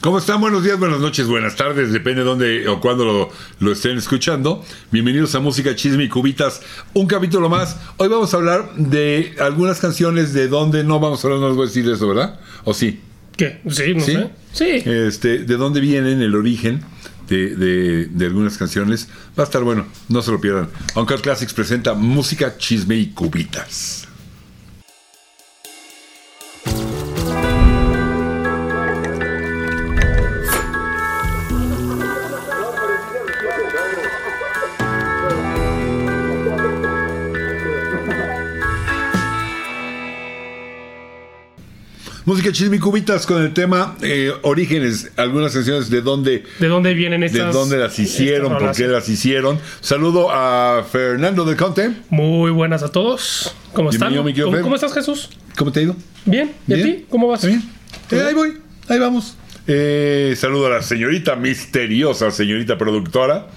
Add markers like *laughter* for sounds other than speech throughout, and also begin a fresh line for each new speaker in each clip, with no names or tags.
¿Cómo están? Buenos días, buenas noches, buenas tardes, depende de dónde o cuándo lo, lo, estén escuchando. Bienvenidos a Música Chisme y Cubitas, un capítulo más. Hoy vamos a hablar de algunas canciones de donde no vamos a hablar, no les voy a decir eso, ¿verdad? ¿O sí?
¿Qué? Sí, no
¿Sí?
sé. Sí.
Este, de dónde vienen, el origen de, de, de algunas canciones. Va a estar bueno, no se lo pierdan. Uncle Classics presenta Música Chisme y Cubitas. Música Chisme y Cubitas con el tema eh, Orígenes, algunas canciones de dónde.
¿De dónde vienen estas?
De dónde las hicieron, por qué las hicieron. Saludo a Fernando del Conte.
Muy buenas a todos. ¿Cómo están?
Bienvenido, mi querido
¿Cómo,
Fer.
cómo estás, Jesús?
¿Cómo te ha ido?
Bien. ¿Y a
Bien.
ti? ¿Cómo vas?
¿Está bien? Eh, ahí voy, ahí vamos. Eh, saludo a la señorita misteriosa, señorita productora.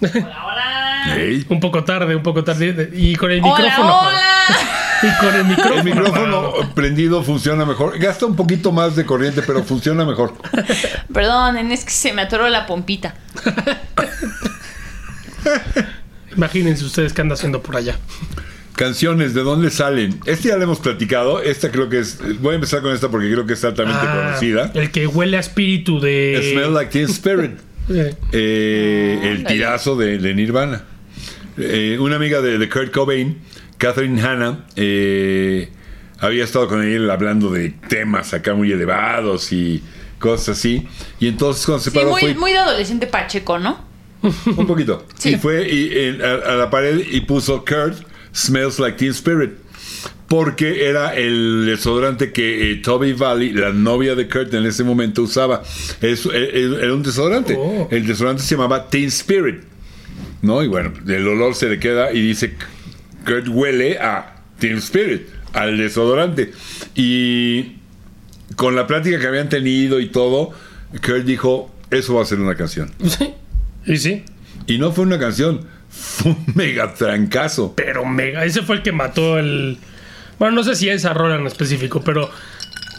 Hola, hola.
Ey.
Un poco tarde, un poco tarde. Y con el
Hola,
micrófono.
hola. *laughs*
Y con el micrófono.
El micrófono prendido funciona mejor. Gasta un poquito más de corriente, pero funciona mejor.
Perdonen, es que se me atoró la pompita.
Imagínense ustedes qué anda haciendo por allá.
Canciones, ¿de dónde salen? Este ya lo hemos platicado. Esta creo que es. Voy a empezar con esta porque creo que es altamente
Ah,
conocida.
El que huele a espíritu de.
Smell Like Teen Spirit.
Eh,
Eh, el
Ah,
tirazo de, de Nirvana. Eh, una amiga de, de Kurt Cobain, Catherine Hanna, eh, había estado con él hablando de temas acá muy elevados y cosas así. Y entonces cuando se
Sí,
paró
muy,
fue
muy de adolescente pacheco, ¿no?
un poquito.
Sí.
Y fue y- en- a, a la pared y puso Kurt Smells Like Teen Spirit. Porque era el desodorante que eh, Toby Valley, la novia de Kurt en ese momento, usaba. Es- eh, era un desodorante.
Oh.
El desodorante se llamaba Teen Spirit. ¿No? Y bueno, el olor se le queda y dice, Kurt huele a Teen Spirit, al desodorante. Y con la plática que habían tenido y todo, Kurt dijo, eso va a ser una canción.
*laughs* sí. Y sí.
Y no fue una canción, fue un *laughs* mega trancazo.
Pero mega. Ese fue el que mató el. Bueno, no sé si esa rola en específico, pero. *clears throat*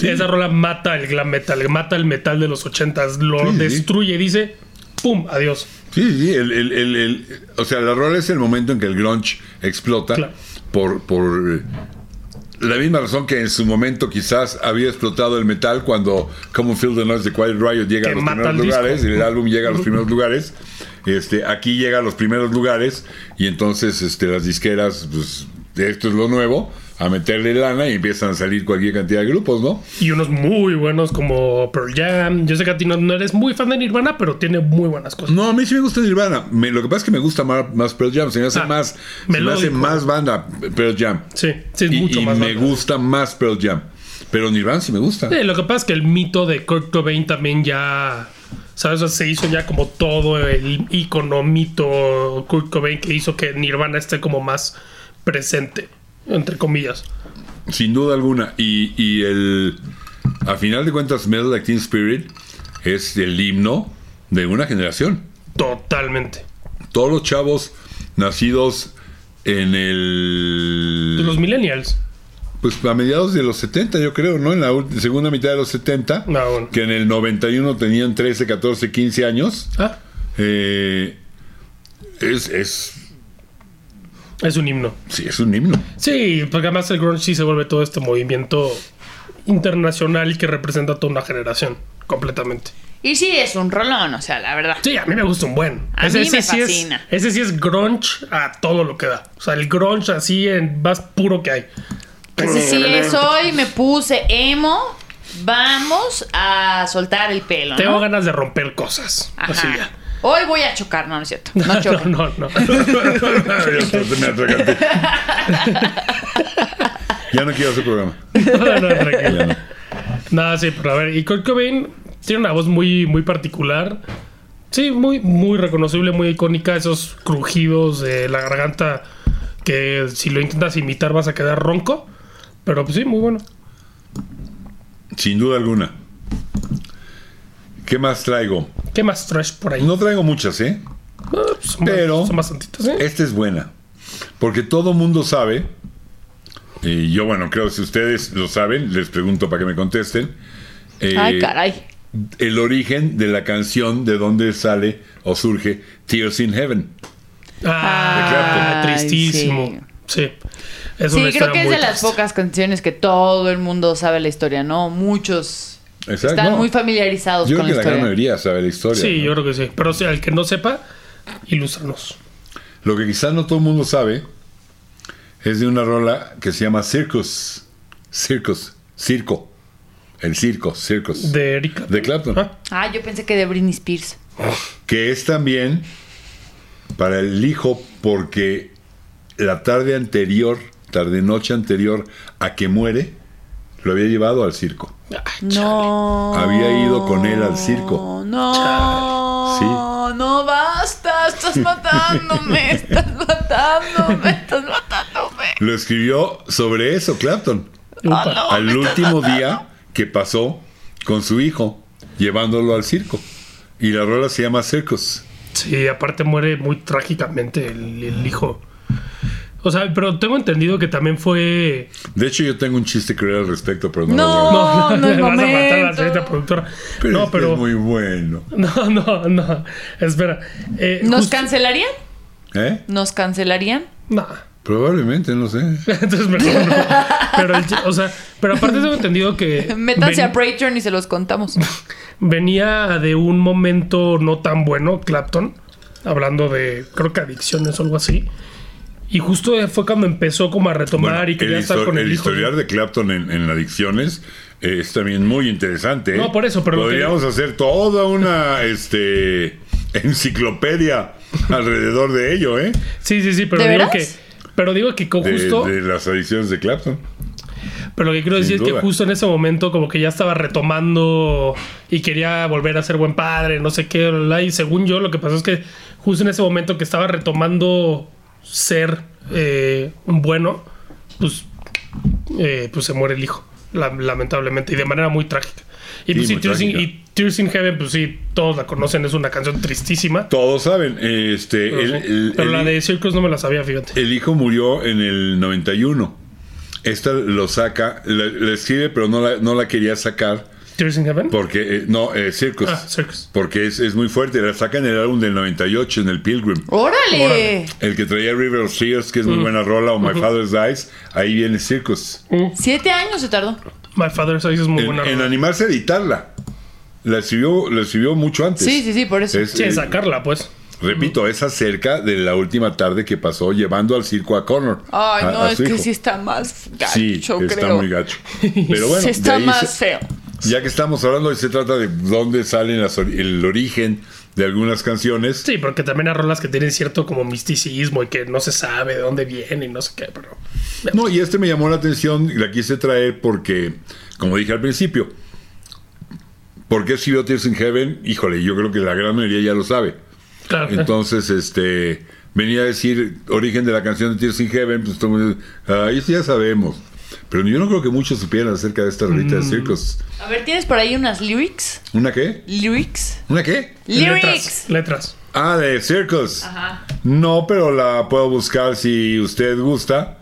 Esa rola mata el glam metal, mata el metal de los ochentas, lo
Sí, sí.
destruye, dice. ¡Pum! Adiós.
Sí, sí, el, el- el- el- o sea, el error es el momento en que el grunge explota
Claro.
por, por eh, la misma razón que en su momento quizás había explotado el metal cuando Common Field the Noise de Quiet Riot llega
Que
a los
mata
primeros
el disco.
lugares, el álbum llega a los primeros lugares, este, aquí llega a los primeros lugares y entonces este, las disqueras, pues esto es lo nuevo, a meterle lana y empiezan a salir cualquier cantidad de grupos, ¿no?
Y unos muy buenos como Pearl Jam. Yo sé que a ti no, no eres muy fan de Nirvana, pero tiene muy buenas cosas.
No, a mí sí me gusta Nirvana. Me- lo que pasa es que me gusta más, más Pearl Jam. Se me hace
Ah,
más. Se me
melódico.
hace más banda Pearl Jam.
Sí, sí, es
Y,
mucho
y
más
me
banda.
gusta más Pearl Jam. Pero Nirvana sí me gusta.
Sí, lo que pasa es que el mito de Kurt Cobain también ya. ¿Sabes? O sea, se hizo ya como todo el icono mito Kurt Cobain que hizo que Nirvana esté como más presente, entre comillas.
Sin duda alguna. Y, y el. A final de cuentas, Metal Like Teen Spirit es el himno de una generación.
Totalmente.
Todos los chavos nacidos en el.
De los millennials.
Pues a mediados de los 70, yo creo, ¿no? En la ult- segunda mitad de los 70.
No, Ah, bueno.
Que en el 91 tenían 13, 14, 15 años.
Ah,
Eh, es, es,
es un himno.
sí, es un himno.
Sí, porque además el grunge sí se vuelve todo este movimiento internacional que representa a toda una generación completamente.
Y sí, es un rolón, o sea, la verdad.
Sí, a mí me gusta un buen.
A mí me
sí es-
fascina.
ese sí es grunge a todo lo que da. O sea, el grunge así en más puro que hay.
Ese sí es hoy, me puse emo. Vamos a soltar el pelo,
Tengo
¿no?
ganas de romper cosas. Así
Ajá.
ya.
Hoy voy a chocar, no, no es cierto. No
*laughs*
choquen.
no, no.
ya, se me atraganté. Ya no quiero hacer programa.
No, no, tranquilo.
Ya no.
No, sí, pero a ver, y Kurt Cobain tiene una voz muy, muy particular. Sí, muy, muy reconocible, muy icónica. Esos crujidos de la garganta que si lo intentas imitar vas a quedar ronco. Pero pues sí, muy bueno.
Sin duda alguna. ¿Qué más traigo?
¿Qué más trash por ahí?
No traigo muchas, ¿eh?
Ah, pues, son,
Pero- Eh,
son bastantitas, ¿eh?
Esta es buena. Porque todo mundo sabe Y yo, bueno, creo que si ustedes lo saben, les pregunto para que me contesten. Eh,
Ay, caray.
El origen de la canción de donde sale o surge Tears in Heaven.
Ah,
Ay,
tristísimo. Sí. Es
Sí,
una
creo
historia
que es
muy
de las
triste.
pocas canciones que todo el mundo sabe la historia, ¿no? Muchos
Exacto,
están
no.
muy familiarizados
Yo creo
con
que
la
la gran
historia.
mayoría sabe la historia.
Sí,
¿no?
yo creo que sí. Pero si al que no sepa, ilústranos.
Lo que quizás no todo el mundo sabe es de una rola que se llama Circus. Circus. Circo. El circo, Circus. De,
De Erika.
Clapton.
Ah,
Ah, yo pensé que de Britney Spears.
Que es también para el hijo porque la tarde anterior, tarde noche anterior a que muere, lo había llevado al circo.
ah,
No.
Había ido con él al circo.
No.
Sí.
No basta, estás matándome, estás matándome, estás matándome.
Lo escribió sobre eso Clapton.
chale.
Ah,
Upa.
al último día que pasó con su hijo, llevándolo al circo. Y la rola se llama Circus.
Sí, aparte muere muy trágicamente el, el hijo. O sea, pero tengo entendido que también fue.
De hecho, yo tengo un chiste que ver al respecto, pero no, lo voy a-
No,
*laughs*
Oh, no,
me
es
vas a matar a la
momento.
señorita productora.
Pero es
no,
que
pero.
es muy bueno.
*laughs* No, no, no. Espera. Eh,
¿Nos
justo-
cancelarían?
¿Eh?
¿Nos cancelarían?
No.
Probablemente, no sé.
*laughs* Entonces mejor no. Pero, el ch- o sea, pero aparte tengo entendido que.
*laughs* Métanse
ven-
a Patreon y se los *laughs* contamos.
venía de un momento no tan bueno, Clapton, hablando de, creo que adicciones o algo así. Y justo fue cuando empezó como a retomar
Bueno,
y quería
el
estar
histo-
con el,
el
hijo.
historial de Clapton en, en adicciones eh, es también muy interesante. ¿eh?
No, por eso, pero lo que-
Podríamos hacer toda una este, *laughs* enciclopedia alrededor de ello, ¿eh?
Sí, sí, sí, pero
¿De
digo
veras?
que pero digo que co-
De-
justo,
de las adicciones de Clapton.
pero lo que quiero
sin
decir es que
duda.
justo en ese momento como que ya estaba retomando y quería volver a ser buen padre, no sé qué, bla, bla, y según yo lo que pasó es que justo en ese momento que estaba retomando ser eh, bueno, pues eh, pues se muere el hijo, la- lamentablemente, y de manera muy trágica. Y,
Sí,
pues, sí,
muy
Tears in-
trágica.
y Tears in Heaven, pues sí, todos la conocen, es una canción tristísima.
Todos saben, este,
Pero,
el,
sí.
el-
Pero la
el-
de Circus no me la sabía, fíjate.
el hijo murió en el 91. Esta lo saca, la, la escribe, pero no la, no la quería sacar
Tears in Heaven.
porque, eh, no, eh, Circus.
Ah, Circus.
Porque es, es muy fuerte. La saca en el álbum del 98, en el Pilgrim.
¡Órale!
Órale.
El que traía River of Tears, que es muy buena rola, o My Father's Eyes, ahí viene Circus.
Siete años se tardó.
My Father's Eyes es muy
En,
buena.
en
rola.
animarse a editarla. La escribió, la escribió mucho antes.
Sí, sí, sí, por eso.
Es,
Sí,
eh,
sacarla, pues.
repito, es acerca de la última tarde que pasó llevando al circo a Connor.
Ay,
a-
no,
a
es
su
que
hijo.
sí está más gacho,
Sí, está
creo.
muy gacho. Pero bueno,
sí
de
está
ahí
más
se-
feo.
ya que estamos hablando, se trata de dónde salen las ori- el origen de algunas canciones.
Sí, porque también hay rolas que tienen cierto como misticismo y que no se sabe de dónde viene y no sé qué, pero.
No, y este me llamó la atención y la quise traer porque, como dije al principio, ¿por qué escribió Tears in Heaven? Híjole, yo creo que la gran mayoría ya lo sabe.
Claro. eh,
Entonces, este, venía a decir origen de la canción de Tears in Heaven, pues todo el mundo dice, "Ah, eso ya sabemos. Pero yo no creo que muchos supieran acerca de esta rolita de
Mm.
circos.
A ver, ¿tienes por ahí unas lyrics?
¿Una qué?
¿Lyrics?
¿Una qué?
¡Lyrics!
Letras. letras.
Ah, de Circus.
Ajá.
No, pero la puedo buscar si usted gusta.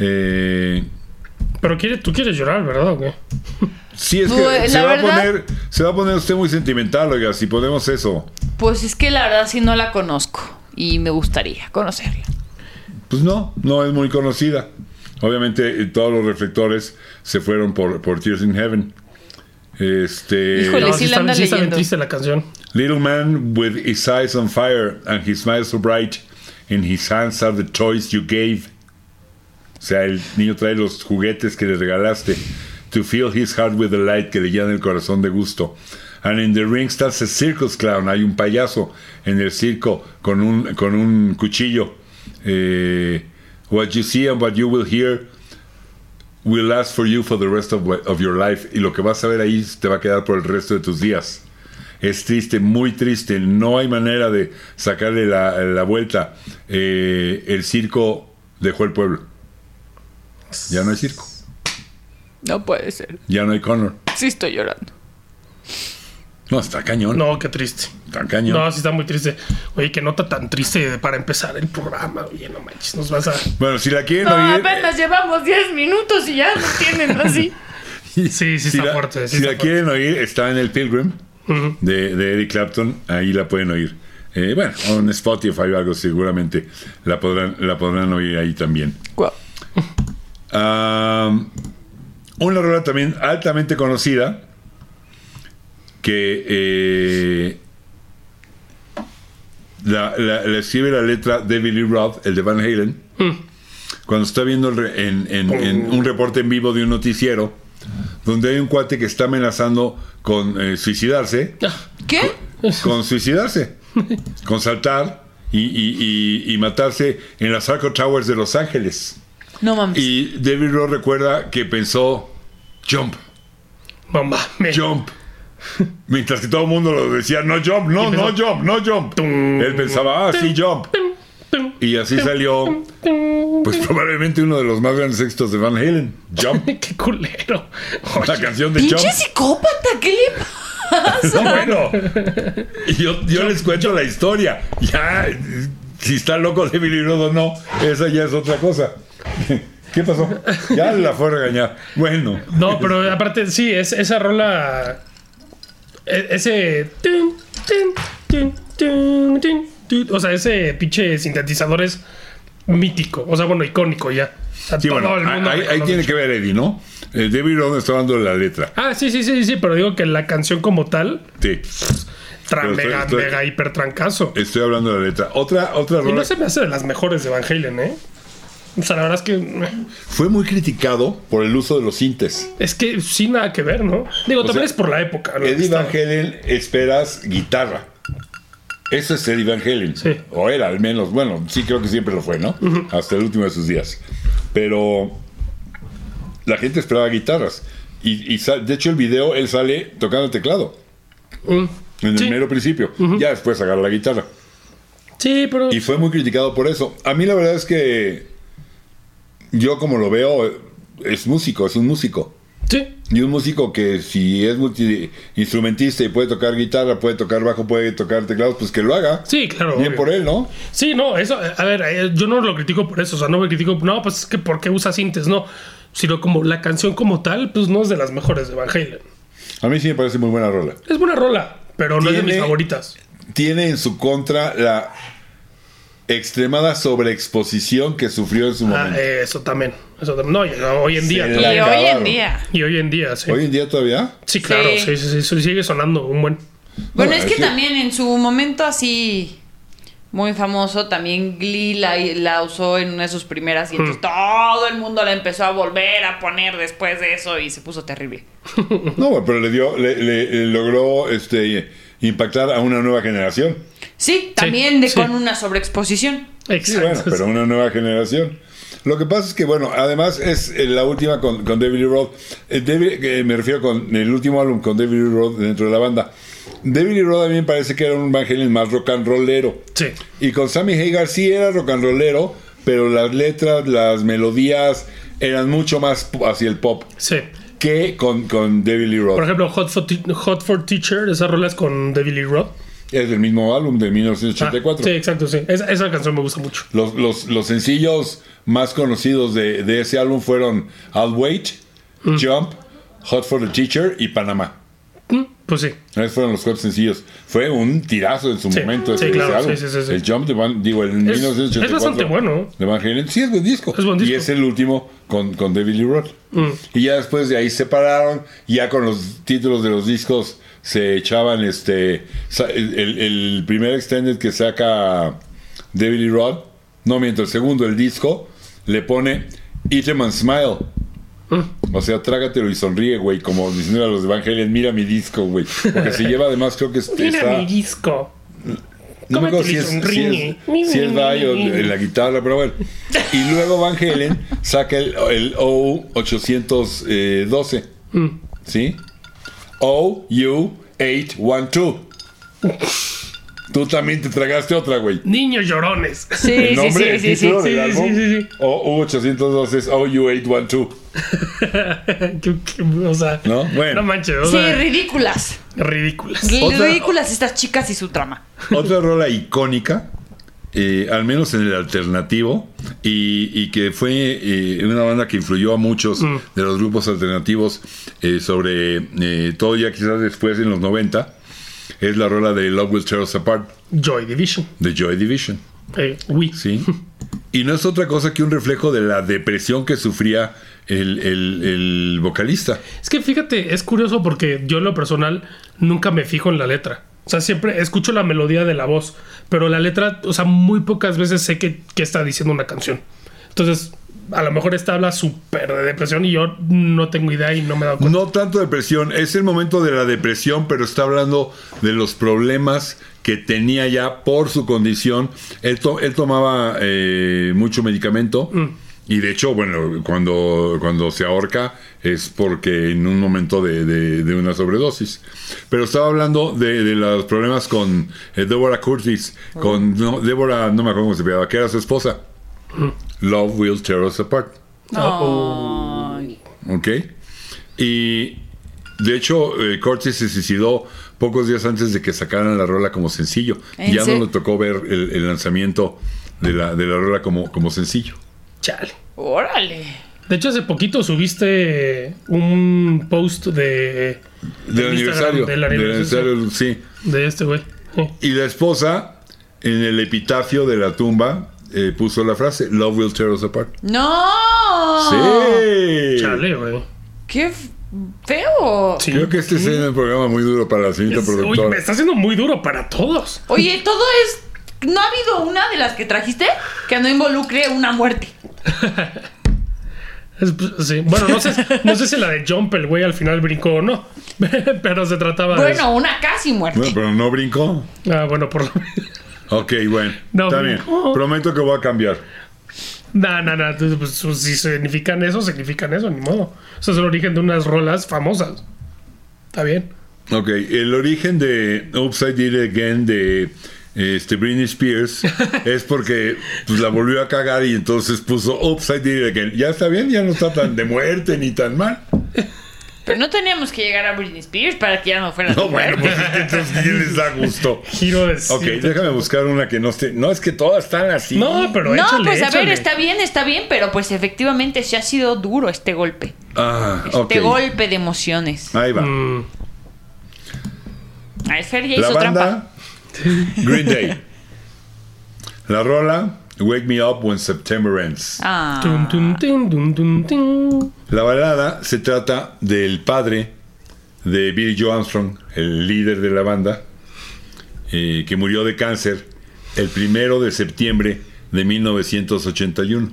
Eh,
Pero quiere, tú quieres llorar, ¿verdad? ¿O qué?
sí, es que
Pues, la
se, va a
verdad-
poner, se va a poner usted muy sentimental, oiga, si ponemos eso.
Pues es que la verdad sí no la conozco y me gustaría conocerla.
Pues no, no es muy conocida. Obviamente eh, todos los reflectores se fueron por, por Tears in Heaven. Este,
Híjole,
No,
sí la
está,
anda
sí está bien
leyendo.
triste la canción.
Little man with his eyes on fire and his smile so bright, in his hands are the toys you gave. O sea, el niño trae los juguetes que le regalaste. To fill his heart with the light que le llena el corazón de gusto. And in the ring stands a circus clown. Hay un payaso en el circo con un, con un cuchillo. Eh, what you see and what you will hear will last for you for the rest of, of your life. Y lo que vas a ver ahí te va a quedar por el resto de tus días. Es triste, muy triste. No hay manera de sacarle la, la vuelta. Eh, el circo dejó el pueblo. Ya no hay circo.
No puede ser.
Ya no hay Connor.
Sí estoy llorando.
No, está cañón.
No, qué triste.
Está cañón.
No, sí está muy triste. Oye, qué nota tan triste para empezar el programa. Oye, no manches, nos vas a...
Bueno, si la quieren
No,
oír. *laughs*
apenas llevamos 10 minutos y ya nos tienen así.
Sí, sí
si
está
la,
fuerte.
si
sí está
la
fuerte.
quieren oír, está en el Pilgrim
Ujú.
de, de Eric Clapton. Ahí la pueden oír. Eh, bueno, o en Spotify o algo, seguramente la podrán, la podrán oír ahí también. Am, una rola también altamente conocida que eh, la, la- la escribe la letra de Billy Roth, el de Van Halen, cuando está viendo el re- en, en- en un reporte en vivo de un noticiero donde hay un cuate que está amenazando con eh, suicidarse,
Ah,
¿Qué?
con suicidarse, con saltar y, y- y- y matarse en las Arco Towers de Los Ángeles.
No mames.
Y David Rowe recuerda que pensó jump,
no mames.
jump. Mientras que todo el mundo lo decía, no jump, no, no jump, no jump. Él pensaba, ah, sí, jump. Y así salió, pues probablemente uno de los más grandes éxitos de Van Halen,
*laughs*
Jump,
*laughs* Qué culero.
la canción de Jump.
Pinche psicópata, ¿qué le pasa?
No, *laughs* bueno, y yo, yo les cuento la historia. Ya, eh, si está loco de Billy Rodo o no, esa ya es otra cosa. *laughs* ¿Qué pasó? Ya la fue a regañar. Bueno,
No, pero aparte, sí, es, esa rola. e- Ese. tun, tun, tun, tun, tun, tun, O sea, ese pinche sintetizador es mítico. O sea, bueno, icónico ya. O sea,
Sí,
todo
bueno,
el mundo
ahí, ahí
reconoce.
tiene que ver Eddie, ¿no? Eh, David Rowan está dando la letra.
Ah, sí, sí, sí, sí, pero digo que la canción como tal,
Sí,
tra,
Pero estoy-
mega,
estoy- Eh,
mega hiper trancazo.
estoy hablando de la letra. Otra, otra
Y
rola
no se me hace de las mejores de Van Halen, ¿eh? O sea, la verdad es que. eh,
fue muy criticado por el uso de los sintes.
Es que sin nada que ver, ¿no? Digo, también
sea,
es por la época. ¿no?
Eddie Van
Estaba-
Halen esperas guitarra. Eso es Eddie Van Halen.
Sí.
O era, al menos. Bueno, sí creo que siempre lo fue, ¿no? Hasta el último de sus días. Pero la gente esperaba guitarras. Y, y sal- de hecho el video, él sale tocando el teclado.
Mm.
En el
Sí.
mero principio. Ya después agarra la guitarra.
Sí, pero.
Y fue muy criticado por eso. A mí la verdad es que yo como lo veo, es músico, es un músico.
Sí.
Y un músico que si es multiinstrumentista y puede tocar guitarra, puede tocar bajo, puede tocar teclados, pues que lo haga.
Sí, claro.
Bien
obvio.
por él, ¿no?
Sí, no, eso, eh, a ver, eh, yo no lo critico por eso, o sea, no me critico, no, pues es que ¿por qué usa sintes? No, sino como la canción como tal, pues no es de las mejores de Van Halen.
A mí sí me parece muy buena rola.
Es buena rola, pero no es de mis
Tiene-
favoritas.
Tiene en su contra la extremada sobreexposición que sufrió en su
Ah,
momento.
eh, eso también, eso también. No, y- no, hoy en día,
Se
Y
la-
también.
hoy en
acabaron.
día.
y hoy en día, sí.
Hoy en día todavía.
sí, claro, sí.
Sí.
Sí, sí, sí, sigue sonando un buen...
Bueno,
No,
es que
sí.
también en su momento así muy famoso, también Glee la, la usó en una de sus primeras y entonces todo el mundo la empezó a volver a poner después de eso y se puso terrible.
No, bueno, pero le dio, le, le- le logró este impactar a una nueva generación.
Sí, también de
sí.
con una sobreexposición.
Sí, bueno,
Exacto.
pero una nueva generación. Lo que pasa es que, bueno, además es eh, la última con, con David Lee Roth. Eh, David- eh, me refiero con el último álbum con David Lee Roth dentro de la banda. David Lee Roth a mí me parece que era un Van Halen más rock and rollero.
Sí.
Y con Sammy Hagar sí era rock and rollero, pero las letras, las melodías eran mucho más p- hacia el pop
Sí.
que con, con David Lee Roth.
Por ejemplo, Hot for, Ti- Hot for Teacher, esas rolas con David Lee Roth.
Es del mismo álbum de
Ah,
1984.
sí, exacto, sí. Esa, esa canción me gusta mucho.
Los, los, los sencillos más conocidos de, de ese álbum fueron I'll Wait, Jump, Hot for the Teacher y Panamá.
Mm, Pues sí.
Esos fueron los cuatro sencillos. Fue un tirazo en su
Sí,
momento.
sí,
ese- ese
claro,
álbum.
sí, sí, sí, sí.
El Jump de Van, digo, el 1984.
es bastante bueno.
De Van Halen. Sí, es buen disco.
Es buen disco. Mm.
Y es el último con, con David Lee Roth. Y ya después de ahí se pararon. Ya con los títulos de los discos se echaban este. sa- El, el- el primer extended que saca David Lee Roth. No, mientras el segundo, el disco, le pone Eat 'em and Smile. O sea, trágatelo y sonríe, güey. Como diciendo a los de Van Halen, mira mi disco, güey. Porque se lleva además, creo que es-
*laughs* Mira
está-
mi disco.
no me acuerdo si es,
Cómetelo y
si es,
sonríe.
si es Vai o de- la guitarra, pero bueno. Y luego Van Halen saca el, el O812,
Mm.
¿sí? O-U-812. Tú también te tragaste otra, güey.
Niños llorones.
*laughs* Sí,
El
sí,
nombre,
sí,
el
sí, sí.
título
sí,
del
sí,
álbum,
sí, sí.
O U802 es OU812,
Que- que- o sea,
¿no? Bueno,
no manches, o
Sí,
sea,
ridículas.
ridículas.
Otra-
Ridículas estas chicas y su trama.
Otra *laughs* rola icónica, eh, al menos en el alternativo, y, y que fue eh, una banda que influyó a muchos de los grupos alternativos eh, sobre eh, todo ya quizás después en los 90, es la rola de Love Will Tear Us Apart,
Joy Division.
de Joy Division.
Eh, oui.
Sí. Y no es otra cosa que un reflejo de la depresión que sufría el, el- el vocalista.
Es que fíjate, es curioso porque yo en lo personal nunca me fijo en la letra. O sea, siempre escucho la melodía de la voz, pero la letra, o sea, muy pocas veces sé qué qué está diciendo una canción. Entonces, a lo mejor esta habla súper de depresión y yo no tengo idea y no me he dado cuenta.
No tanto depresión, es el momento de la depresión, pero está hablando de los problemas que tenía ya por su condición. Él, to- él tomaba eh, mucho medicamento y de hecho, bueno, cuando, cuando se ahorca es porque en un momento de, de- de una sobredosis. Pero estaba hablando de, de los problemas con eh, Deborah Curtis, con no, Deborah, no me acuerdo cómo se llamaba, que era su esposa. Love Will Tear Us Apart.
No.
¿Ok? Y de hecho, eh, Curtis se suicidó pocos días antes de que sacaran la rola como sencillo.
¿En
Ya no
serio?
le tocó ver el, el lanzamiento de la, de la rola como, como sencillo.
Chale.
Órale.
De hecho, hace poquito subiste un post de,
Del
en
aniversario.
Instagram
Del
aniversario
aniversario, sí.
de este güey. Sí.
Y la esposa, en el epitafio de la tumba, eh, puso la frase: Love will tear us apart.
No.
¡Sí!
Chale, güey.
Qué f- feo.
Sí.
Creo que este es un programa muy duro para la señorita
Es- oye,
productora.
me está haciendo muy duro para todos.
Oye, todo es. ¿No ha habido una de las que trajiste que no involucre una muerte?
Es- pues, sí. Bueno, no sé, no sé si la de Jump el güey al final brincó o no, *laughs* pero se trataba de eso.
Bueno, una casi muerte.
Pues, Bueno, pero no brincó.
Ah, bueno, por lo *laughs*
Ok, bueno.
No
está bien.
brincó.
Prometo que voy a cambiar.
No, no, no. entonces, pues, pues, si significan eso, significan eso, ni modo. Eso es el origen de unas rolas famosas. Está bien.
Ok, el origen de Upside It Again de este, Britney
*laughs*
Spears es porque pues, la volvió a cagar y entonces puso Upside It Again. Ya está bien, ya no está tan de muerte ni tan
*laughs*
mal.
Pero no teníamos que llegar a Britney Spears para que ya no fuera
No,
tu
bueno,
muerte.
pues es que entonces ¿quién les da gusto?
Giro de.
Ok, déjame buscar una que no esté. No, es que todas están así.
No, pero
No,
échale,
pues a ver,
échale.
está bien, está bien, pero pues efectivamente sí ha sido duro este golpe.
Ah,
Este
ok.
golpe de emociones.
Ahí va.
Mm,
Ay, Fer ya
Ah. La
hizo trampa.
banda Green Day. La rola Wake Me Up When September Ends.
Ah.
tum, tum, tin, dum, dum, tin.
La balada se trata del padre de Billy Joe Armstrong, el líder de la banda, eh, que murió de cáncer el primero de septiembre de 1981.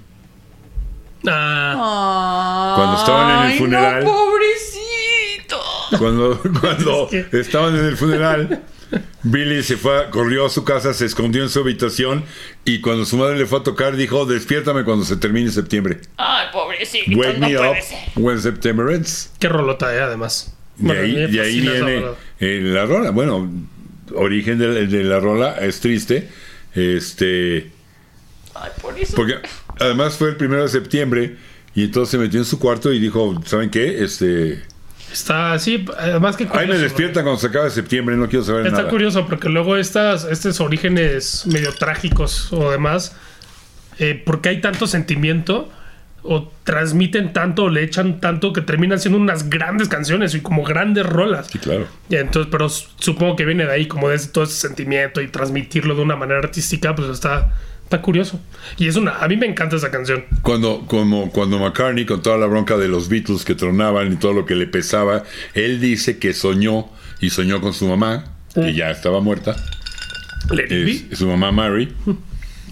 Ah,
Cuando estaban en el
Ay,
funeral.
No, pobrecito.
Cuando,
*laughs*
cuando
Es
estaban en el funeral, Billy se fue, a- corrió a su casa, se escondió en su habitación y cuando su madre le fue a tocar dijo, despiértame cuando se termine septiembre.
Ay, pobrecito.
Wake
no
me
puede
up
ser.
when September ends.
qué rolota, eh, además.
Y
Bueno,
ahí,
a mí me
de ahí
fascina esa
viene
rola.
eh, la rola. Bueno, origen de la, de la rola es triste. Este,
Ay, por eso.
porque además fue el primero de septiembre y entonces se metió en su cuarto y dijo, ¿saben qué? Este,
Está así, además que.
ahí me
curioso,
despierta cuando se acabe septiembre, no quiero saber
Está
nada.
curioso porque luego estas, estos orígenes medio trágicos o demás, eh, porque hay tanto sentimiento o transmiten tanto o le echan tanto que terminan siendo unas grandes canciones y como grandes rolas.
Sí, claro.
Y entonces, pero s- supongo que viene de ahí como de ese- todo ese sentimiento y transmitirlo de una manera artística, pues está, está curioso. Y es una, a mí me encanta esa canción.
Cuando, como, cuando McCartney, con toda la bronca de los Beatles que tronaban y todo lo que le pesaba, él dice que soñó y soñó con su mamá, que ya estaba muerta.
Let it
es- su mamá Mary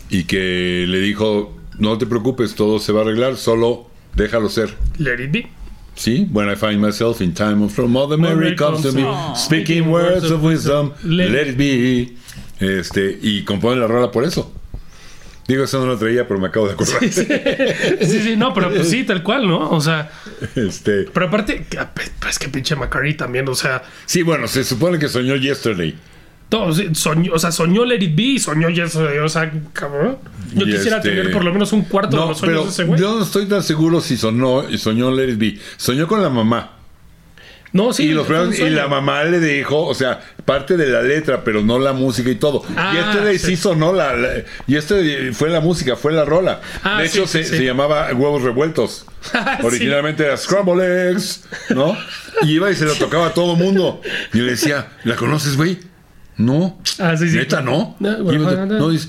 y que le dijo no te preocupes todo se va a arreglar solo déjalo ser
be, let it be.
sí when I find myself in time from Mother Mary comes to me speaking words of wisdom let it be este y compone la rola por eso digo eso no lo traía pero me acabo de acordar
Sí, sí, no, pero pues sí, tal cual, ¿no? O sea,
*laughs* este
pero ah, pues aparte, que- pues, es que pinche Macari también, o sea,
sí bueno se supone que soñó yesterday
No, o sea, soñó, o sea, soñó Let It Be y soñó Yes, o sea, cabrón. Yo
Y
quisiera
este-
tener por lo menos un cuarto de
No,
los sueños
pero
de ese güey.
yo no estoy tan seguro si sonó y soñó Let It Be. Soñó con la mamá.
No, sí.
y, los
fue un
primeros- y
sueño.
la mamá le dijo, o sea, parte de la letra, pero no la música y todo.
Ah,
y este le
sí.
sí sonó la, la- Y este fue la música, fue la rola.
Ah,
de
sí,
hecho,
sí,
se,
sí.
se llamaba Huevos Revueltos.
*laughs* Ah, *laughs* sí.
Originalmente era Scramble Eggs, ¿no? Y iba y se lo tocaba a todo mundo. Y yo le decía, ¿la conoces, güey? No.
Ah, sí, sí.
Neta, no.
No,
Y iba-
bueno,
no, dice,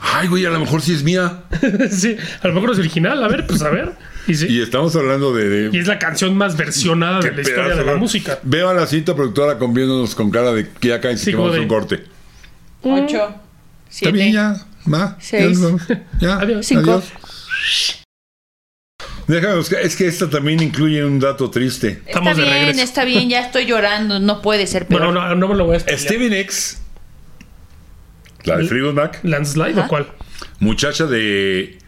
ay, güey, a lo mejor sí es mía.
*laughs* sí, a lo mejor es original, a ver, pues a ver. Y, sí,
Y estamos hablando de- de,
y es la canción más versionada de la
Qué
historia
pedazo,
de la
¿no?
música.
Veo a la cinta productora con- viéndonos con cara de que ya caen
Sí,
si
como
vamos a un
de-
corte.
Ocho.
Está bien,
Siete.
ya. Va.
Seis.
Ya nos vamos. Ya.
*laughs*
Adiós.
Cinco.
Adiós. Déjame buscar. Es que esta también incluye un dato triste.
Estamos de
está bien,
regreso.
está bien, ya estoy llorando, no puede ser peor.
Bueno, no, no me lo voy a spoilear.
Steven X, la de Fleetwood Mac,
¿Landslide
Ajá.
o cuál?
muchacha de.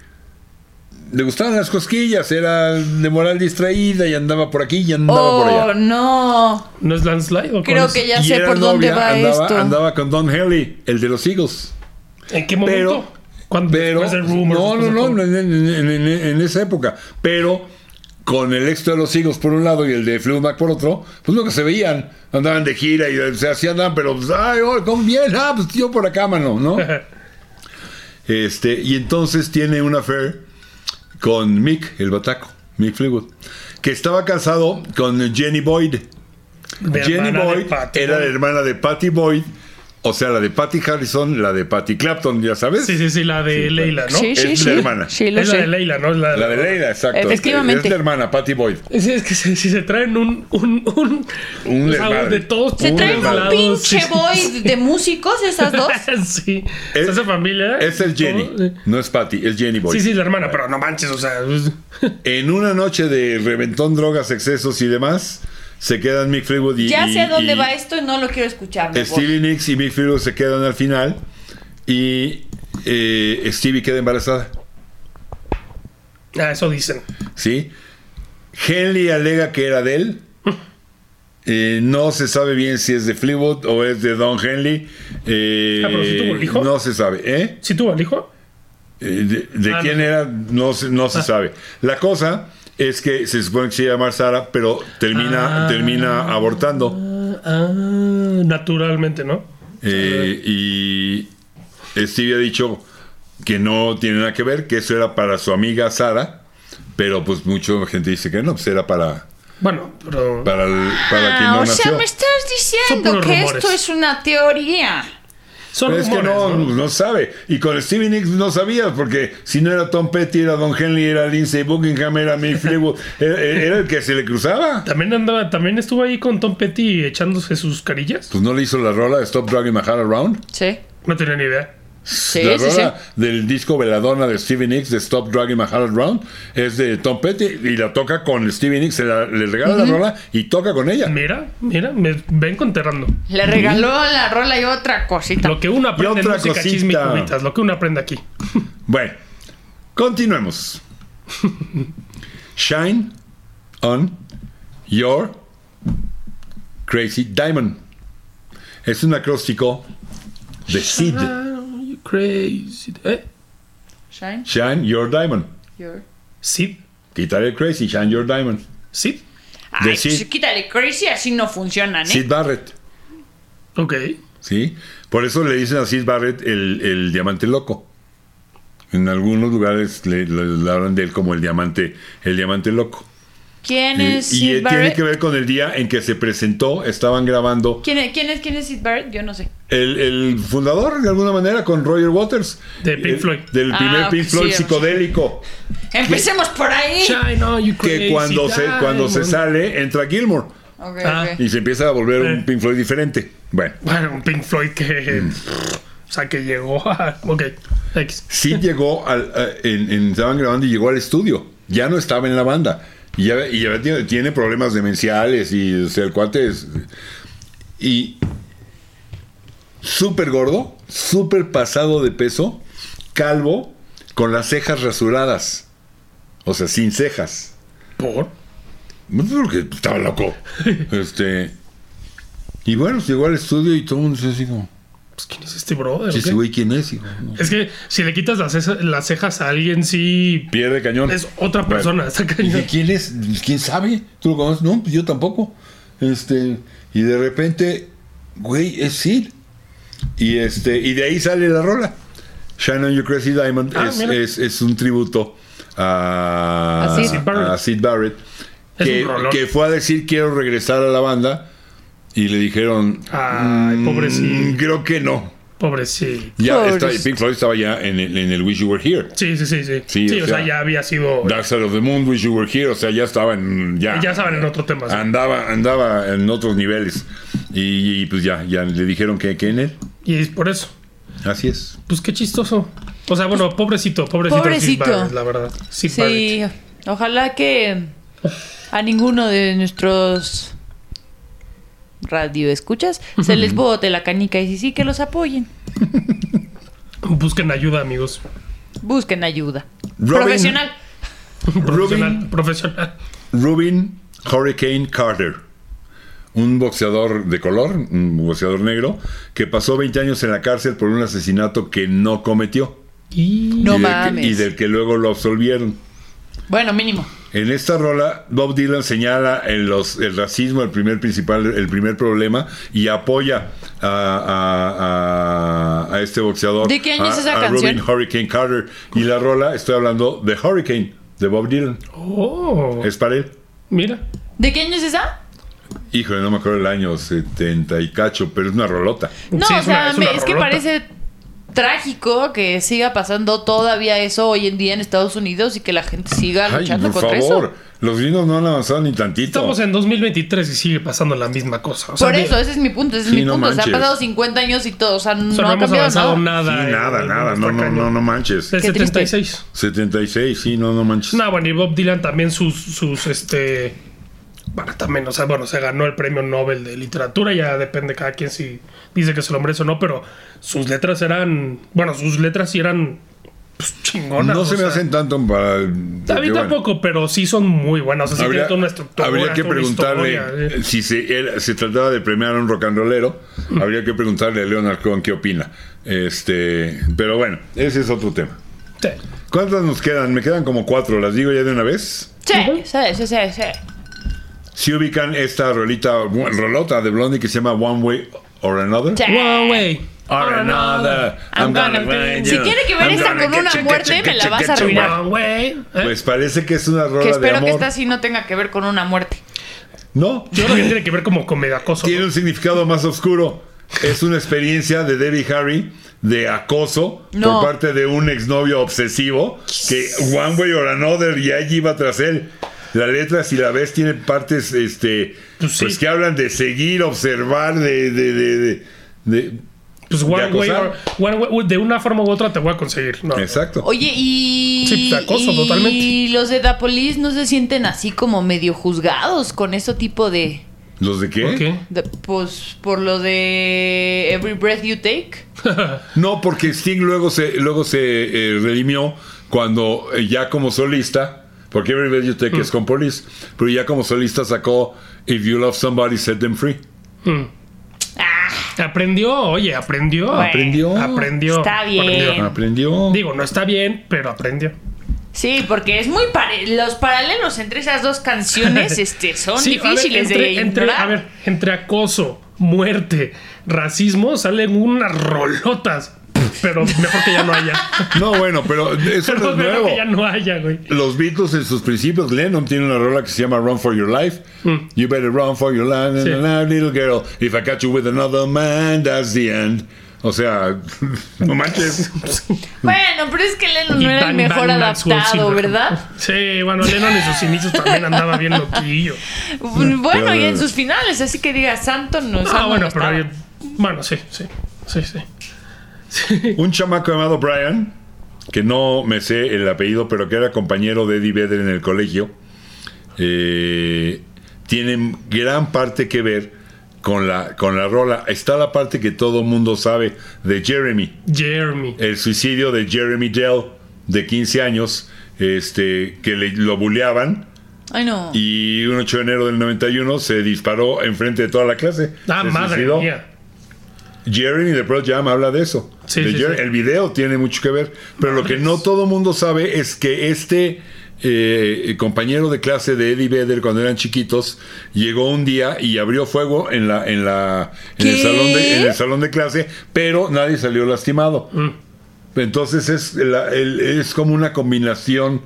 Le gustaban las cosquillas, era de moral distraída y andaba por aquí y andaba por
oh,
allá.
no.
¿No es Landslide o cuál
Creo
es?
que ya
y
sé
era
por dónde
novia,
va
andaba,
esto.
andaba con Don Haley, el de los Eagles.
¿En qué
Pero-
momento? ¿Cuándo?
Pero.
Después de Rumors,
no,
después de
no,
todo.
no, en, en- en- en- en esa época. Pero con el éxito de los higos por un lado y el de Fleetwood Mac por otro, pues nunca se veían. Andaban de gira y o sea, así andaban, pero pues, ay, oh, con bien, ah, pues yo por acá, mano,
*laughs*
¿no? este, y entonces tiene una affair con Mick, el bataco, Mick Fleetwood, que estaba casado con Jenny Boyd.
De
Jenny
hermana de
Boyd
Patty
era la
Boyd.
hermana de Patty Boyd, o sea, la de Patty Harrison, la de Patty Clapton, ya sabes.
Sí, sí, sí, la de Leila, ¿no?
Sí,
Es
sí,
la
sí.
hermana.
Sí, lo
es
sé.
la de Leila, ¿no? Es la,
pues. La de Leila, exacto.
Efectivamente.
Es la hermana, Patty Boyd.
Sí, es que si, si se traen un. un, un,
Un
o sea,
desmadre.
de todos
Se
Un
traen un
hermano.
lados, sí,
pinche boy de músicos esas
*laughs*
dos.
*laughs* sí.
Es-
esa familia. ¿eh?
Es el Jenny,
todo-
no es Patty, es Jenny Boyd.
Sí, sí, la hermana, pero no manches, o sea. pues, es-
En una noche de reventón, drogas, excesos y demás, se quedan Mick Fleetwood y.
Ya
y-
sé dónde
y
va esto y no lo quiero escuchar. me voy.
Stevie Nicks y Mick Fleetwood se quedan al final y eh, Stevie queda embarazada.
Ah, eso dicen.
¿sí? Henley alega que era de él. Eh, no se sabe bien si es de Fleetwood o es de Don Henley. Eh,
Ah, pero sí tuvo el hijo.
No se sabe, ¿eh?
¿Sí tuvo al hijo?
Eh, De, de
Ah,
quién
no. Ah.
era, no se, no se sabe. La cosa es que se supone que se iba a llamar Sara, pero termina,
Ah.
termina abortando.
Ah, ah, naturalmente, ¿no?
Eh, y Stevie ha dicho que no tiene nada que ver, que eso era para su amiga Sara, pero pues mucha gente dice que no, pues era para,
Bueno, pero.
para, el- para quien
Ah,
no
o
nació.
sea, me estás diciendo
puros
que
rumores.
esto es una teoría.
Son
Pero es que no,
rumores,
no, sabe. Y con Stevie Nicks no sabía, porque si no era Tom Petty, era Don Henley, era Lindsay Buckingham, era Mick Fleetwood, era, era el que se le cruzaba.
También andaba, también estuvo ahí con Tom Petty echándose sus carillas.
Pues no le hizo la rola Stop Dragging My Heart Around.
Sí.
No tenía ni idea.
Sí,
la
sí, sí.
rola del disco Veladona de Stevie Nicks de Stop Dragging My Heart Around es de Tom Petty y la toca con Stevie Nicks, se la- le regala la rola y toca con ella.
Mira, mira, me ven conterrando.
Le regaló la rola y otra cosita.
Lo que uno aprende en
otra
música, chisme y
cosita.
cubitas, lo que uno aprende aquí.
Bueno,
*laughs*
continuemos. Shine on your crazy diamond. Es un acróstico de SID.
Ah, You crazy. ¿Eh?
Shine
Shine your diamond.
your-
Sid.
Quitar el crazy, shine your diamond.
¿Eh?
Sid.
Ay, pues,
Sid.
quítale crazy, así no funcionan, ¿eh?
Sid Barrett.
Ok.
¿Sí? Por eso le dicen a Sid Barrett el, el diamante loco. En algunos lugares le, le- le hablan de él como el diamante, el diamante loco.
¿Quién
Eh,
es
Y, eh,
Sid
tiene
Barrett?
que ver con el día en que se presentó, estaban grabando
¿Quién, es, ¿Quién es quién es Sid Barrett? Yo no sé.
el, el fundador, de alguna manera, con Roger Waters.
De Pink
El-
Floyd.
Del
Ah,
primer
ok,
Pink
sí,
Floyd
sí.
psicodélico.
Empecemos por ahí.
Shine on you crazy.
Que cuando se, cuando se
diamond.
sale, entra Gilmore.
Ok,
Ah.
ok.
Y se empieza a volver
Eh.
un Pink Floyd diferente. Bueno,
Bueno, un Pink Floyd que.
Mm.
O sea, que llegó a. Ok. X.
sí llegó al. a- en, en- estaban grabando y llegó al estudio. Ya no estaba en la banda. Y ya, y ya tiene, tiene problemas demenciales y o sea, el cuate es- Y. Súper gordo, súper pasado de peso, calvo, con las cejas rasuradas. O sea, sin cejas.
Por.
No sé por qué estaba loco. Este. Y bueno, llegó al estudio y todo el mundo dice así como,
Pues, ¿quién es este brother?
"Sí,
o qué?
ese güey quién es? hijo?" No.
Es que si le quitas las, cejas- las cejas a alguien, sí.
Pierde cañón.
Es otra persona. está cañón.
Dije, ¿quién es? Pues, ¿Quién sabe? ¿Tú lo conoces? No, pues yo tampoco. Este, y de repente, güey, es Sid. Y este, y de ahí sale la rola. Shannon You Crazy Diamond
Ah,
es,
mira.
es- es un tributo a,
A Sid.
a Sid Barrett,
Es
que,
un rolón.
que fue a decir quiero regresar a la banda y le dijeron
Ay,
"Mm,
pobrecito.
creo que no.
Pobre, sí.
Ya
Pobres-
está, Pink Floyd estaba ya en el, en el Wish You Were Here.
Sí, sí, sí. Sí,
Sí,
Sí,
o
o sea,
sea,
ya había sido.
Dark Side of the Moon, Wish You Were Here, o sea, ya estaba en. Ya,
Ya estaban en otro tema, sí.
Ah, Andaba, andaba en otros niveles. Y, y, pues ya, ya le dijeron que, que en él.
Y es por eso.
Así es.
Pues qué chistoso. O sea, bueno, pobrecito, pobrecito.
Pues, Pobrecito.
Sid Barrett, la verdad. Sid
Sí,
Barrett.
ojalá que a ninguno de nuestros radioescuchas se les bote la canica y si sí que los apoyen.
Busquen ayuda, amigos.
Busquen ayuda.
Robin.
Profesional.
Profesional. Profesional.
Rubin Hurricane Carter. Un boxeador de color, un boxeador negro, que pasó 20 años en la cárcel por un asesinato que no cometió.
Y.
No
y, del que,
mames.
y del que luego lo absolvieron.
Bueno, mínimo.
En esta rola, Bob Dylan señala en los, el racismo el primer principal, el primer problema y apoya a, a- a- a este boxeador.
¿De qué año
a-
es esa
a
canción?
Rubin Hurricane Carter. Y la rola, estoy hablando de Hurricane, de Bob Dylan.
Oh.
Es para él.
Mira.
¿De qué año es esa?
Híjole, no me acuerdo el año, 70 y cacho, pero es una rolota.
No,
Sí,
o
es una-
sea,
es
me-
una
es, que
rolota.
parece trágico que siga pasando todavía eso hoy en día en Estados Unidos y que la gente siga
Ay,
luchando
por
contra
favor,
eso.
los gringos no han avanzado ni tantito.
Estamos en 2023 y sigue pasando la misma cosa. O sea,
Por
de-
eso, ese es mi punto, ese
Sí,
es mi
no
punto. Se
manches.
ha pasado 50 años y todo, o sea,
o
no
sea, no,
ha
hemos
cambiado
avanzado
nada.
nada.
Sí,
eh,
nada,
en
nada,
nuestro
no, no,
cañón.
no, no manches.
Del
Qué triste.
76.
76, sí, no, no manches.
No, bueno, y Bob Dylan también sus, sus, este... Bueno, también, o sea, bueno, se ganó el premio Nobel de literatura, ya depende cada quien si dice que se lo merece o no, pero sus letras eran, bueno, sus letras sí eran pues, chingonas.
No
o
se me
sea,
hacen tanto para...
A mí
porque, bueno.
tampoco, pero sí son muy buenas, o sea, sí tienen
habría,
toda una estructura.
habría que
toda una
preguntarle
historia, eh.
si se, él- se trataba de premiar a un rock and rollero, habría que preguntarle a Leonard Cohen qué opina. Este, pero bueno, ese es otro tema.
Sí.
¿Cuántas nos quedan? Me quedan como cuatro, las digo ya de una vez.
Sí, sí, sí, sí, sí.
Si ubican esta rolita, bu- rolota de Blondie que se llama One Way or Another.
Sí.
Or another.
I'm gonna
find
Si
you.
tiene que ver
I'm
esa
gonna
con una
get you,
muerte,
get you,
me la
get
vas
you,
a
get you.
arruinar.
One way, eh.
Pues parece que es una rola
Que
de
espero
amor.
que esta sí no tenga que ver con una muerte.
No, *laughs*
Yo creo que tiene que ver como con megacoso.
tiene un significado más oscuro. Es una experiencia de Debbie Harry de acoso
No.
por parte de un exnovio obsesivo que One Way or Another y allí iba tras él. La letra, si la ves, tiene partes este,
Pues
pues,
sí.
que hablan de seguir, observar, de... de, de, de- de- de
Pues one way,
acosar.
or- one way- de una forma u otra te voy a conseguir. No.
Exacto.
Oye, y.
Sí, te acoso
y
totalmente.
los de Dapolis no se sienten así como medio juzgados con ese tipo de.
¿Los de qué?
¿Por qué?
de- pues por lo de. Every breath you take.
No, porque Sting luego se, luego se eh, redimió cuando eh, ya como solista, porque Every Breath You Take
Mm.
es con Police, pero ya como solista sacó If You Love Somebody, Set Them Free.
Mm.
Ah,
Aprendió, oye, aprendió. Ah.
Bueno,
Aprendió.
Aprendió.
Está bien.
aprendió.
Aprendió.
Digo, no está bien, pero aprendió.
Sí, porque es muy. pare- los paralelos entre esas
*laughs*
dos canciones este, son
Sí, a ver,
difíciles
entre,
de.
entre-
ignorar.
A ver, entre acoso, muerte, racismo, salen unas rolotas. Pero mejor que ya no *laughs* haya.
No, bueno, pero eso
*laughs* pero
no es
mejor
nuevo.
que ya no haya, güey.
Los Beatles en sus principios, Lennon tiene una rola que se llama Run for Your Life. You better run for your life,
Mm. Sí.
na, na, little girl. If I catch you with another man, that's the end. O sea, *laughs* no manches.
Bueno, pero es que Lennon
Y
no era el
Bang
mejor
Bang Maxwell
adaptado,
Syndrome. *laughs*
¿verdad? *laughs*
Sí, bueno, Lennon en sus inicios también andaba bien loquillo.
Bueno, y
Pero-
en sus finales, así que diga santo Pues, no. santo
Ah,
no
bueno, pero.
estaba.
ahí- Bueno, sí, sí. Sí, sí. *laughs* Sí.
Un chamaco llamado Brian, que no me sé el apellido, pero que era compañero de Eddie Vedder en el colegio, eh, tiene gran parte que ver con la, con la rola. Está la parte que todo mundo sabe de Jeremy,
Jeremy.
el suicidio de Jeremy Dell, de 15 años, este, que le- lo buleaban
Ay, no.
Y un 8 de enero del 91 se disparó enfrente de toda la clase.
Ah,
Se
madre
suicidó.
mía.
Jeremy de Pearl Jam habla de eso.
Sí,
De
sí,
Jerry-
sí.
El video tiene mucho que ver, pero lo que
Madres.
no todo mundo sabe es que este eh, compañero de clase de Eddie Vedder cuando eran chiquitos llegó un día y abrió fuego en la en la en el
¿Qué?
salón de en el salón de clase, pero nadie salió lastimado.
Mm.
Entonces es la- el- es como una combinación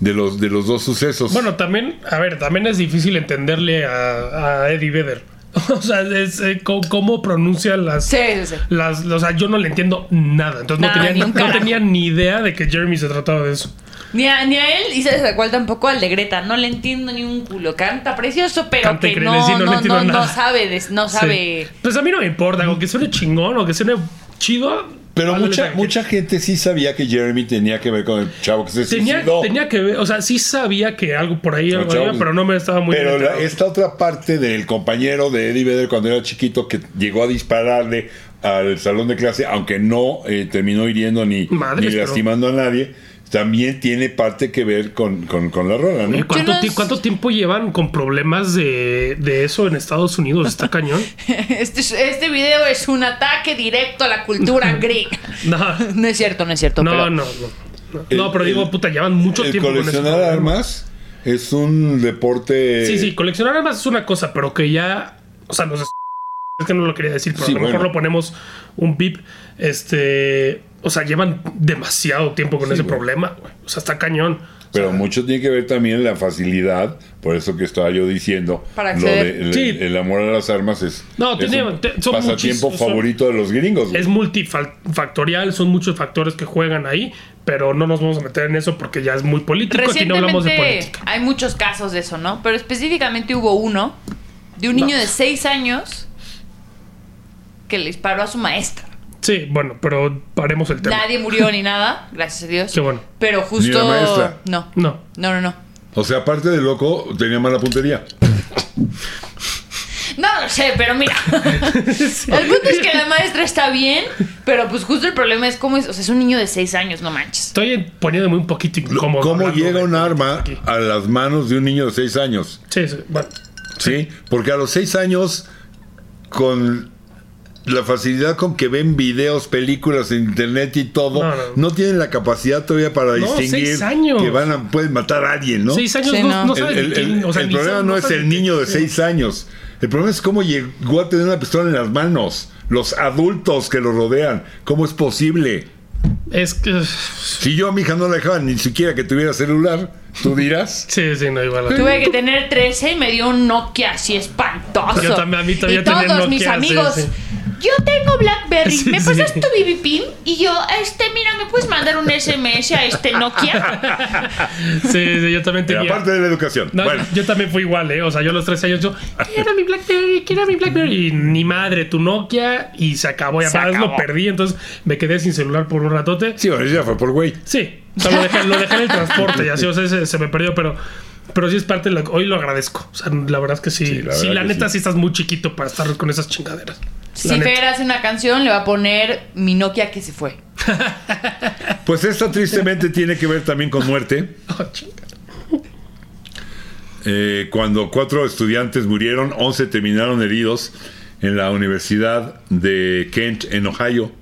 de los de los dos sucesos.
Bueno, también, a ver, también es difícil entenderle a, a Eddie Vedder. *laughs* O sea, es, eh, co- cómo pronuncia las,
Sí, sí, sí.
las, o sea, yo no le entiendo nada. Entonces
Nada,
no,
ni
tenía,
un
no
carajo.
tenía ni idea de que Jeremy se trataba de eso.
Ni a, ni a él, y sabes a cuál tampoco, al de Greta. No le entiendo ni un culo. Canta precioso, pero
Canta
que
increíble,
no,
sí, no le
no,
entiendo
no, no
nada.
sabe, des- no sabe. *laughs*
Sí. Pues a mí no me importa, aunque suene chingón o que suene chido.
pero
ándale,
mucha
tranquilo.
mucha gente sí sabía que Jeremy tenía que ver con el chavo que se
Tenía,
suicidó.
tenía que ver, o sea, sí sabía que algo por ahí, algo
Chavo-
había, pero no me estaba muy
Pero
bien
la-
enterado.
esta otra parte del compañero de Eddie Vedder cuando era chiquito que llegó a dispararle al salón de clase, aunque no eh, terminó hiriendo ni,
Madres,
ni
pero-
lastimando a nadie, también tiene parte que ver con, con- con la rola,
¿Y
¿no?
¿Cuánto,
Yo no
ti-
sé.
cuánto tiempo llevan con problemas de, de eso en Estados Unidos? Está cañón. *laughs*
Este, es- este video es un ataque directo a la
*laughs*
cultura griega.
No,
No es cierto, no es cierto.
no,
pero-
no. no.
El-
No, pero
el-
digo, puta, llevan mucho
El
tiempo con ese
coleccionar
problema.
armas eh, es un deporte...
Sí, sí, coleccionar armas es una cosa, pero que ya. O sea, no sé. Es que no lo quería decir, pero
Sí,
a lo mejor
bueno.
lo ponemos un pip. Este. O sea, llevan demasiado tiempo con ese
güey.
problema, güey. O sea, está cañón.
Pero mucho tiene que ver también la facilidad, por eso que estaba yo diciendo,
Para
lo
acceder.
de- el,
Sí.
el amor a las armas es,
No,
es
tiene-
un
te- son
pasatiempo
muchísimos- son-
favorito de los gringos. güey.
Es multifactorial, son muchos factores que juegan ahí, pero no nos vamos a meter en eso porque ya es muy político. Aquí no hablamos de
Recientemente
política.
hay muchos casos de eso, ¿no? Pero específicamente hubo uno de un niño de 6 años que le disparó a su maestra.
Sí, bueno, pero paremos el tema.
Nadie murió ni nada, gracias a Dios.
Qué bueno.
Pero justo.
Ni la maestra.
No.
No.
No, no, no.
O sea, aparte de loco, tenía mala puntería.
No lo sé,
*laughs*
pero mira. El punto es que la maestra está bien, pero pues justo el problema es cómo es. O sea, es un niño de 6 años, no manches.
Estoy poniéndome un poquito incómodo.
¿Cómo
hablando
llega
de-
un arma
aquí.
a las manos de un niño de 6 años?
Sí, sí, bueno.
¿Sí? Porque a los 6 años, con la facilidad con que ven videos, películas en internet y todo,
No,
no,
no.
tienen la capacidad todavía para
No,
distinguir
seis años.
que van a, pueden matar a alguien, ¿no?
Seis años
Sí,
no,
no.
no
el,
sabes
el-
ni quién,
el-
o sea,
el
ni
problema
sabes-
no es
sabes
el
ni
niño de
quién- sí.
6 años. El problema es cómo llegó a tener una pistola en las manos, los adultos que lo rodean. ¿Cómo es posible?
Es que.
Si yo a mi hija no la dejaba ni siquiera que tuviera celular, tú dirás.
Sí, sí, no, igual.
Tuve que tener 13 y me dio un Nokia así espantoso.
Yo también, a mí también
y
tenía
todos
Nokia,
mis
sí,
amigos.
sí.
Yo tengo Blackberry.
Sí,
¿Me
sí.
pasas tu BB pin? Y yo, este, mira, ¿me puedes mandar un SMS a
*laughs*
este Nokia?
Sí, sí, yo también
Era
tenía.
parte de la educación.
No,
bueno,
Yo también fui igual, ¿eh? O sea, yo a los 13 años yo, quiero mi Blackberry, quiero mi Blackberry. Y ni madre, tu Nokia, y se acabó. Y
Se
además lo
acabó.
perdí, entonces me quedé sin celular por un ratote.
sí, bueno, ya fue por güey.
Sí, o sea, lo dejé, lo dejé en el transporte y así, o sea, se, se me perdió, pero, pero sí es parte de lo hoy lo agradezco. O sea, la verdad es que sí.
Sí,
Sí,
la
la,
verdad que
neta
sí.
sí. estás muy chiquito para estar con esas chingaderas. La
si
neta.
Fer hace una canción, le va a poner mi Nokia que se fue.
Pues esta tristemente tiene que ver también con muerte.
Oh, chinga.
Eh, cuando cuatro estudiantes murieron, 11 terminaron heridos en la Universidad de Kent, en Ohio,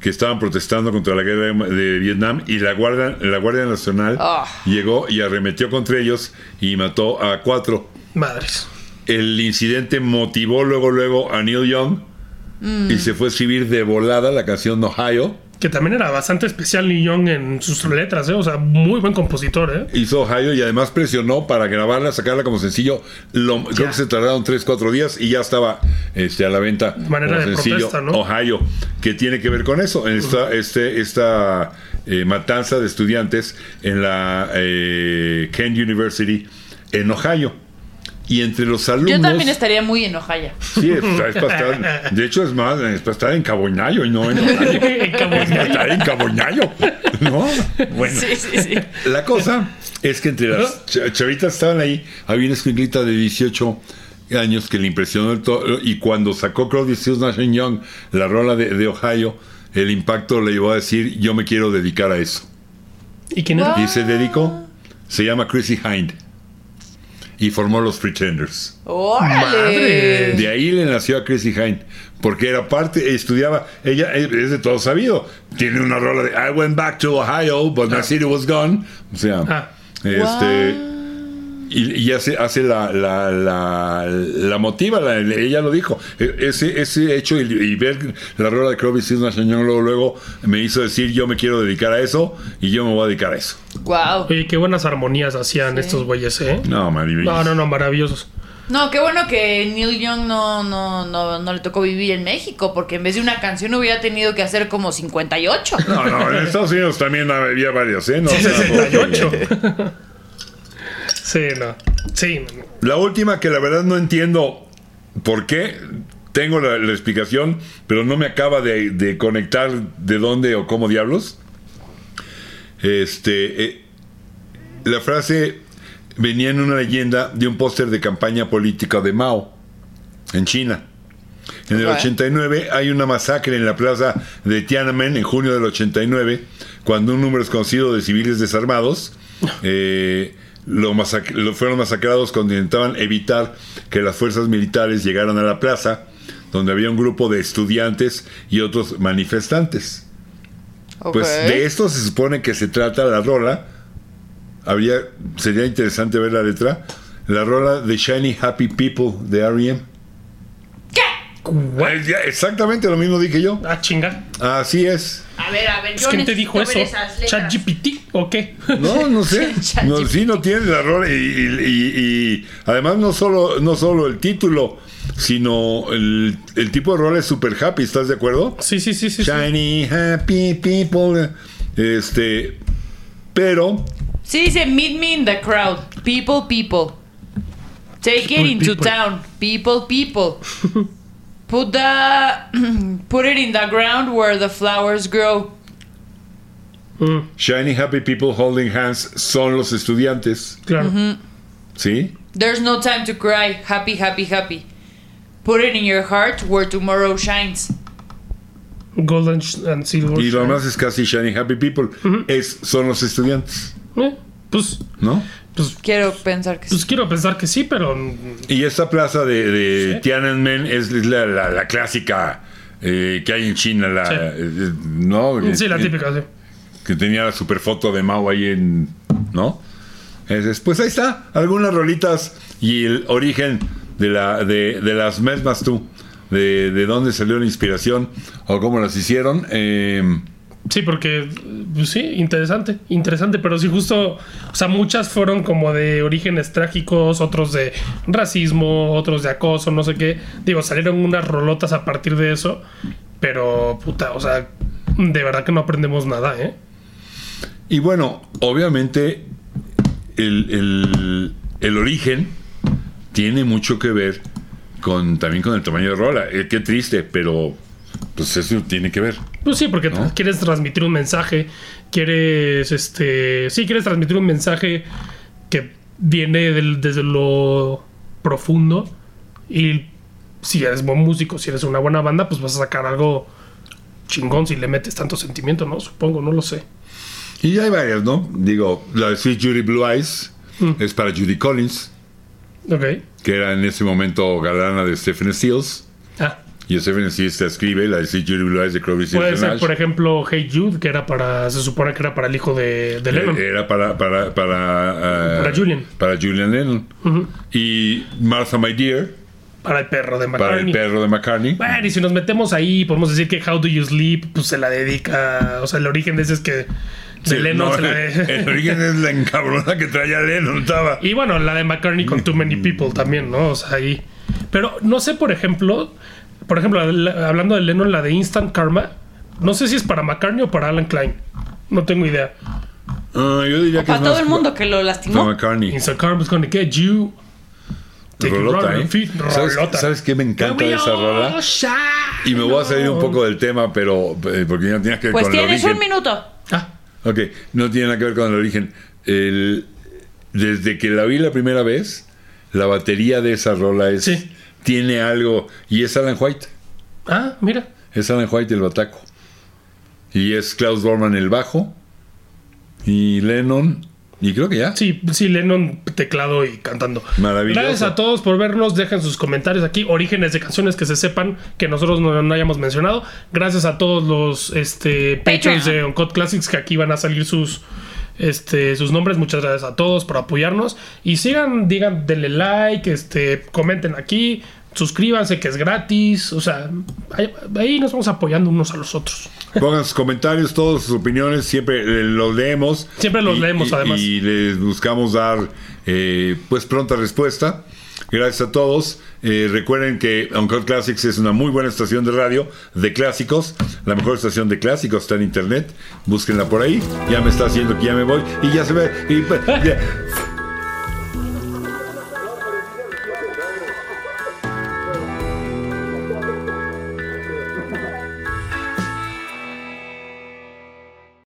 que estaban protestando contra la guerra de- de Vietnam y la Guardia, la Guardia Nacional
Ah.
llegó y arremetió contra ellos y mató a cuatro.
Madres.
el incidente motivó luego luego a Neil Young y se fue a escribir de volada la canción Ohio.
Que también era bastante especial Neil Young en sus letras, ¿eh? O sea, muy buen compositor,
*laughs*
¿eh?
Hizo Ohio y además presionó para grabarla, sacarla como sencillo. Lo- creo que se tardaron 3, 4 días y ya estaba este, a la venta
manera
como
de
sencillo
protesta, ¿no?
Ohio, que tiene que ver con eso. Esta, este, esta eh, matanza de estudiantes en la eh, Kent University en Ohio. Y entre los alumnos...
Yo también estaría
*laughs*
muy enojada.
Sí, es, es para estar- de hecho es más, es para estar en Caboñayo y no en Ohio. Es para estar en Caboñayo, ¿no? Bueno,
Sí, sí, sí.
la cosa es que entre las ch- chavitas estaban ahí, había una escuinglita de 18 años que le impresionó el to- y cuando sacó Crowdy Seals Nash and Young la rola de, de Ohio, el impacto le llevó a decir, yo me quiero dedicar a eso.
¿Y quién era?
Wow.
Y se dedicó, se llama Chrissy Hind. y formó los Pretenders.
¡Órale!
Madre.
De ahí le nació a Chrissy Hine, porque era parte, estudiaba, ella eh, es de todo sabido. Tiene una rola de I went back to Ohio, but my city was gone. O sea,
Ah.
este. Y, y hace, hace la, la, la, la motiva, la- ella lo dijo. E- Ese, ese hecho y, y ver la rola de Crowley Cisna Señor luego, luego me hizo decir yo me quiero dedicar a eso y yo me voy a dedicar a eso.
¡Wow!
Oye, qué buenas armonías hacían estos güeyes, ¿eh?
No, Maribel.
No, no, no, maravillosos.
No, qué bueno que Neil Young no, no, no, no le tocó vivir en México, porque en vez de una canción hubiera tenido que hacer como 58.
No, no, en Estados Unidos también había varios, ¿eh? No,
Sí,
tampoco.
68. sí, no. Sí, no, no.
*laughs* La última que la verdad no entiendo por qué. Tengo la, la explicación, pero no me acaba de, de conectar de dónde o cómo diablos. Este, eh, la frase venía en una leyenda de un póster de campaña política de Mao en China. En el
Ok.
89 hay una masacre en la plaza de Tiananmen en junio del 89, cuando un número desconocido de civiles desarmados eh, lo masac- lo fueron masacrados cuando intentaban evitar que las fuerzas militares llegaran a la plaza, donde había un grupo de estudiantes y otros manifestantes.
Ok.
Pues de esto se supone que se trata la rola. Habría, sería interesante ver la letra. La rola de Shiny Happy People de E R.E.M.
What?
Eh, ya, Exactamente lo mismo dije yo.
Ah, chinga.
Así es.
A ver, a ver,
Pues,
yo
¿Quién te
necesito
dijo eso?
ver esas letras.
¿ChatGPT o qué? *laughs*
No, no sé. No, sí, no tiene la rola. Y, y- y- y además, no solo, no solo el título, sino el, el tipo de rola es super happy. ¿Estás de acuerdo?
Sí, sí, sí, sí. sí.
Shiny Happy People. Este. Pero
Sí, dice Meet me in the crowd. People, people. Take it
People,
into
people.
town. People,
*laughs*
people. Put the *clears throat* put it in the ground where the flowers grow.
Mm,
Shiny Happy People Holding Hands son los estudiantes,
claro.
¿sí?
There's no time to cry. Happy, happy, happy. Put it in your heart where tomorrow shines.
Golden sh- and Silver.
Y lo más es casi Shiny Happy People, es, son los estudiantes,
Eh, pues,
¿no?
pues,
Quiero pensar que sí.
pues quiero pensar que sí, pero. mm,
Y esta plaza de, de Tiananmen es, es la, la- la clásica eh, que hay en China, la,
Sí.
eh, ¿no?
Sí, la
Eh,
típica, sí.
Que tenía la super foto de Mao ahí en, ¿no? Entonces, pues ahí está, algunas rolitas y el origen de, la, de, de las mesmas tú, de, de dónde salió la inspiración o cómo las hicieron. Eh,
Sí, porque, pues sí, interesante, interesante, pero sí justo, o sea, muchas fueron como de orígenes trágicos, otros de racismo, otros de acoso, no sé qué. Digo, salieron unas rolotas a partir de eso, pero puta, o sea, de verdad que no aprendemos nada, ¿eh?
Y bueno, obviamente el, el- el origen tiene mucho que ver con también con el tamaño de rola. Eh, qué triste, pero pues eso tiene que ver.
Pues sí, porque
¿No?
quieres transmitir un mensaje, quieres, este, sí, quieres transmitir un mensaje que viene del- desde lo profundo y si eres buen músico, si eres una buena banda, pues vas a sacar algo chingón si le metes tanto sentimiento, ¿no? Supongo, no lo sé.
Y ya hay varias, ¿no? Digo, la de Sweet Judy Blue Eyes es para Judy Collins,
Ok.
que era en ese momento galana de Stephen Stills.
Ah,
Y Stephen Stills te escribe la de Sweet Judy Blue Eyes de Crosby, Stills,
puede
and
ser,
Nash.
por ejemplo, Hey Jude, que era para, se supone que era para el hijo de, de Lennon.
Eh, Era para para para, ah,
Para Julian.
para Julian Lennon.
Ujú.
Y Martha My Dear
Para el perro de
para
McCartney.
el perro de McCartney.
Bueno, y si nos metemos ahí, podemos decir que How Do You Sleep, pues se la dedica. O sea, el origen de ese es que. de
Sí,
pues, Lennon
no, *laughs*
se la
el,
de-
el origen es la encabronada que traía Lennon, estaba.
*laughs* Y bueno, la de McCartney con Too Many
Mm.
People también, ¿no? O sea, ahí. Pero no sé, por ejemplo. Por ejemplo, la- hablando de Lennon, la de Instant Karma. No sé si es para McCartney o para Alan Klein. No tengo idea.
Ah, yo diría que
Para
es más
todo el mundo que lo
para
lastimó.
McCartney.
Instant Karma is gonna get you. Take it
Rolota,
round
¿eh?
and feet,
¿Sabes,
rolota.
¿Sabes qué me encanta de esa rola? Y me voy a salir un poco del tema, pero eh, porque ya tienes que ver
Pues
con el
tienes un
origen.
minuto.
Ah,
Ok, no tiene nada que ver con el origen. El- desde que la vi la primera vez, la batería de esa rola es
Sí.
tiene algo y es Alan White.
ah, mira.
Es Alan White el bataco. Y es Klaus Bormann el bajo. Y Lennon Y creo que ya.
Sí, sí, Lennon teclado y cantando.
Maravilloso.
Gracias a todos por vernos. Dejen sus comentarios aquí. Orígenes de canciones que se sepan que nosotros no, no hayamos mencionado. Gracias a todos los este,
Patreon.
patrons de Oncod Classics que aquí van a salir sus. Este, sus nombres, muchas gracias a todos por apoyarnos. Y sigan, digan, denle like, este, comenten aquí, suscríbanse que es gratis. O sea, ahí, ahí nos vamos apoyando unos a los otros.
Pongan sus comentarios, todas sus opiniones, siempre eh, los leemos.
Siempre los
Y-
leemos,
y-
además.
Y les buscamos dar eh, pues pronta respuesta. Gracias a todos. Eh, recuerden que Uncut Classics es una muy buena estación de radio de clásicos. La mejor estación de clásicos está en internet. Búsquenla por ahí. Ya me está haciendo que ya me voy. Y ya se ve. y, pues, ya.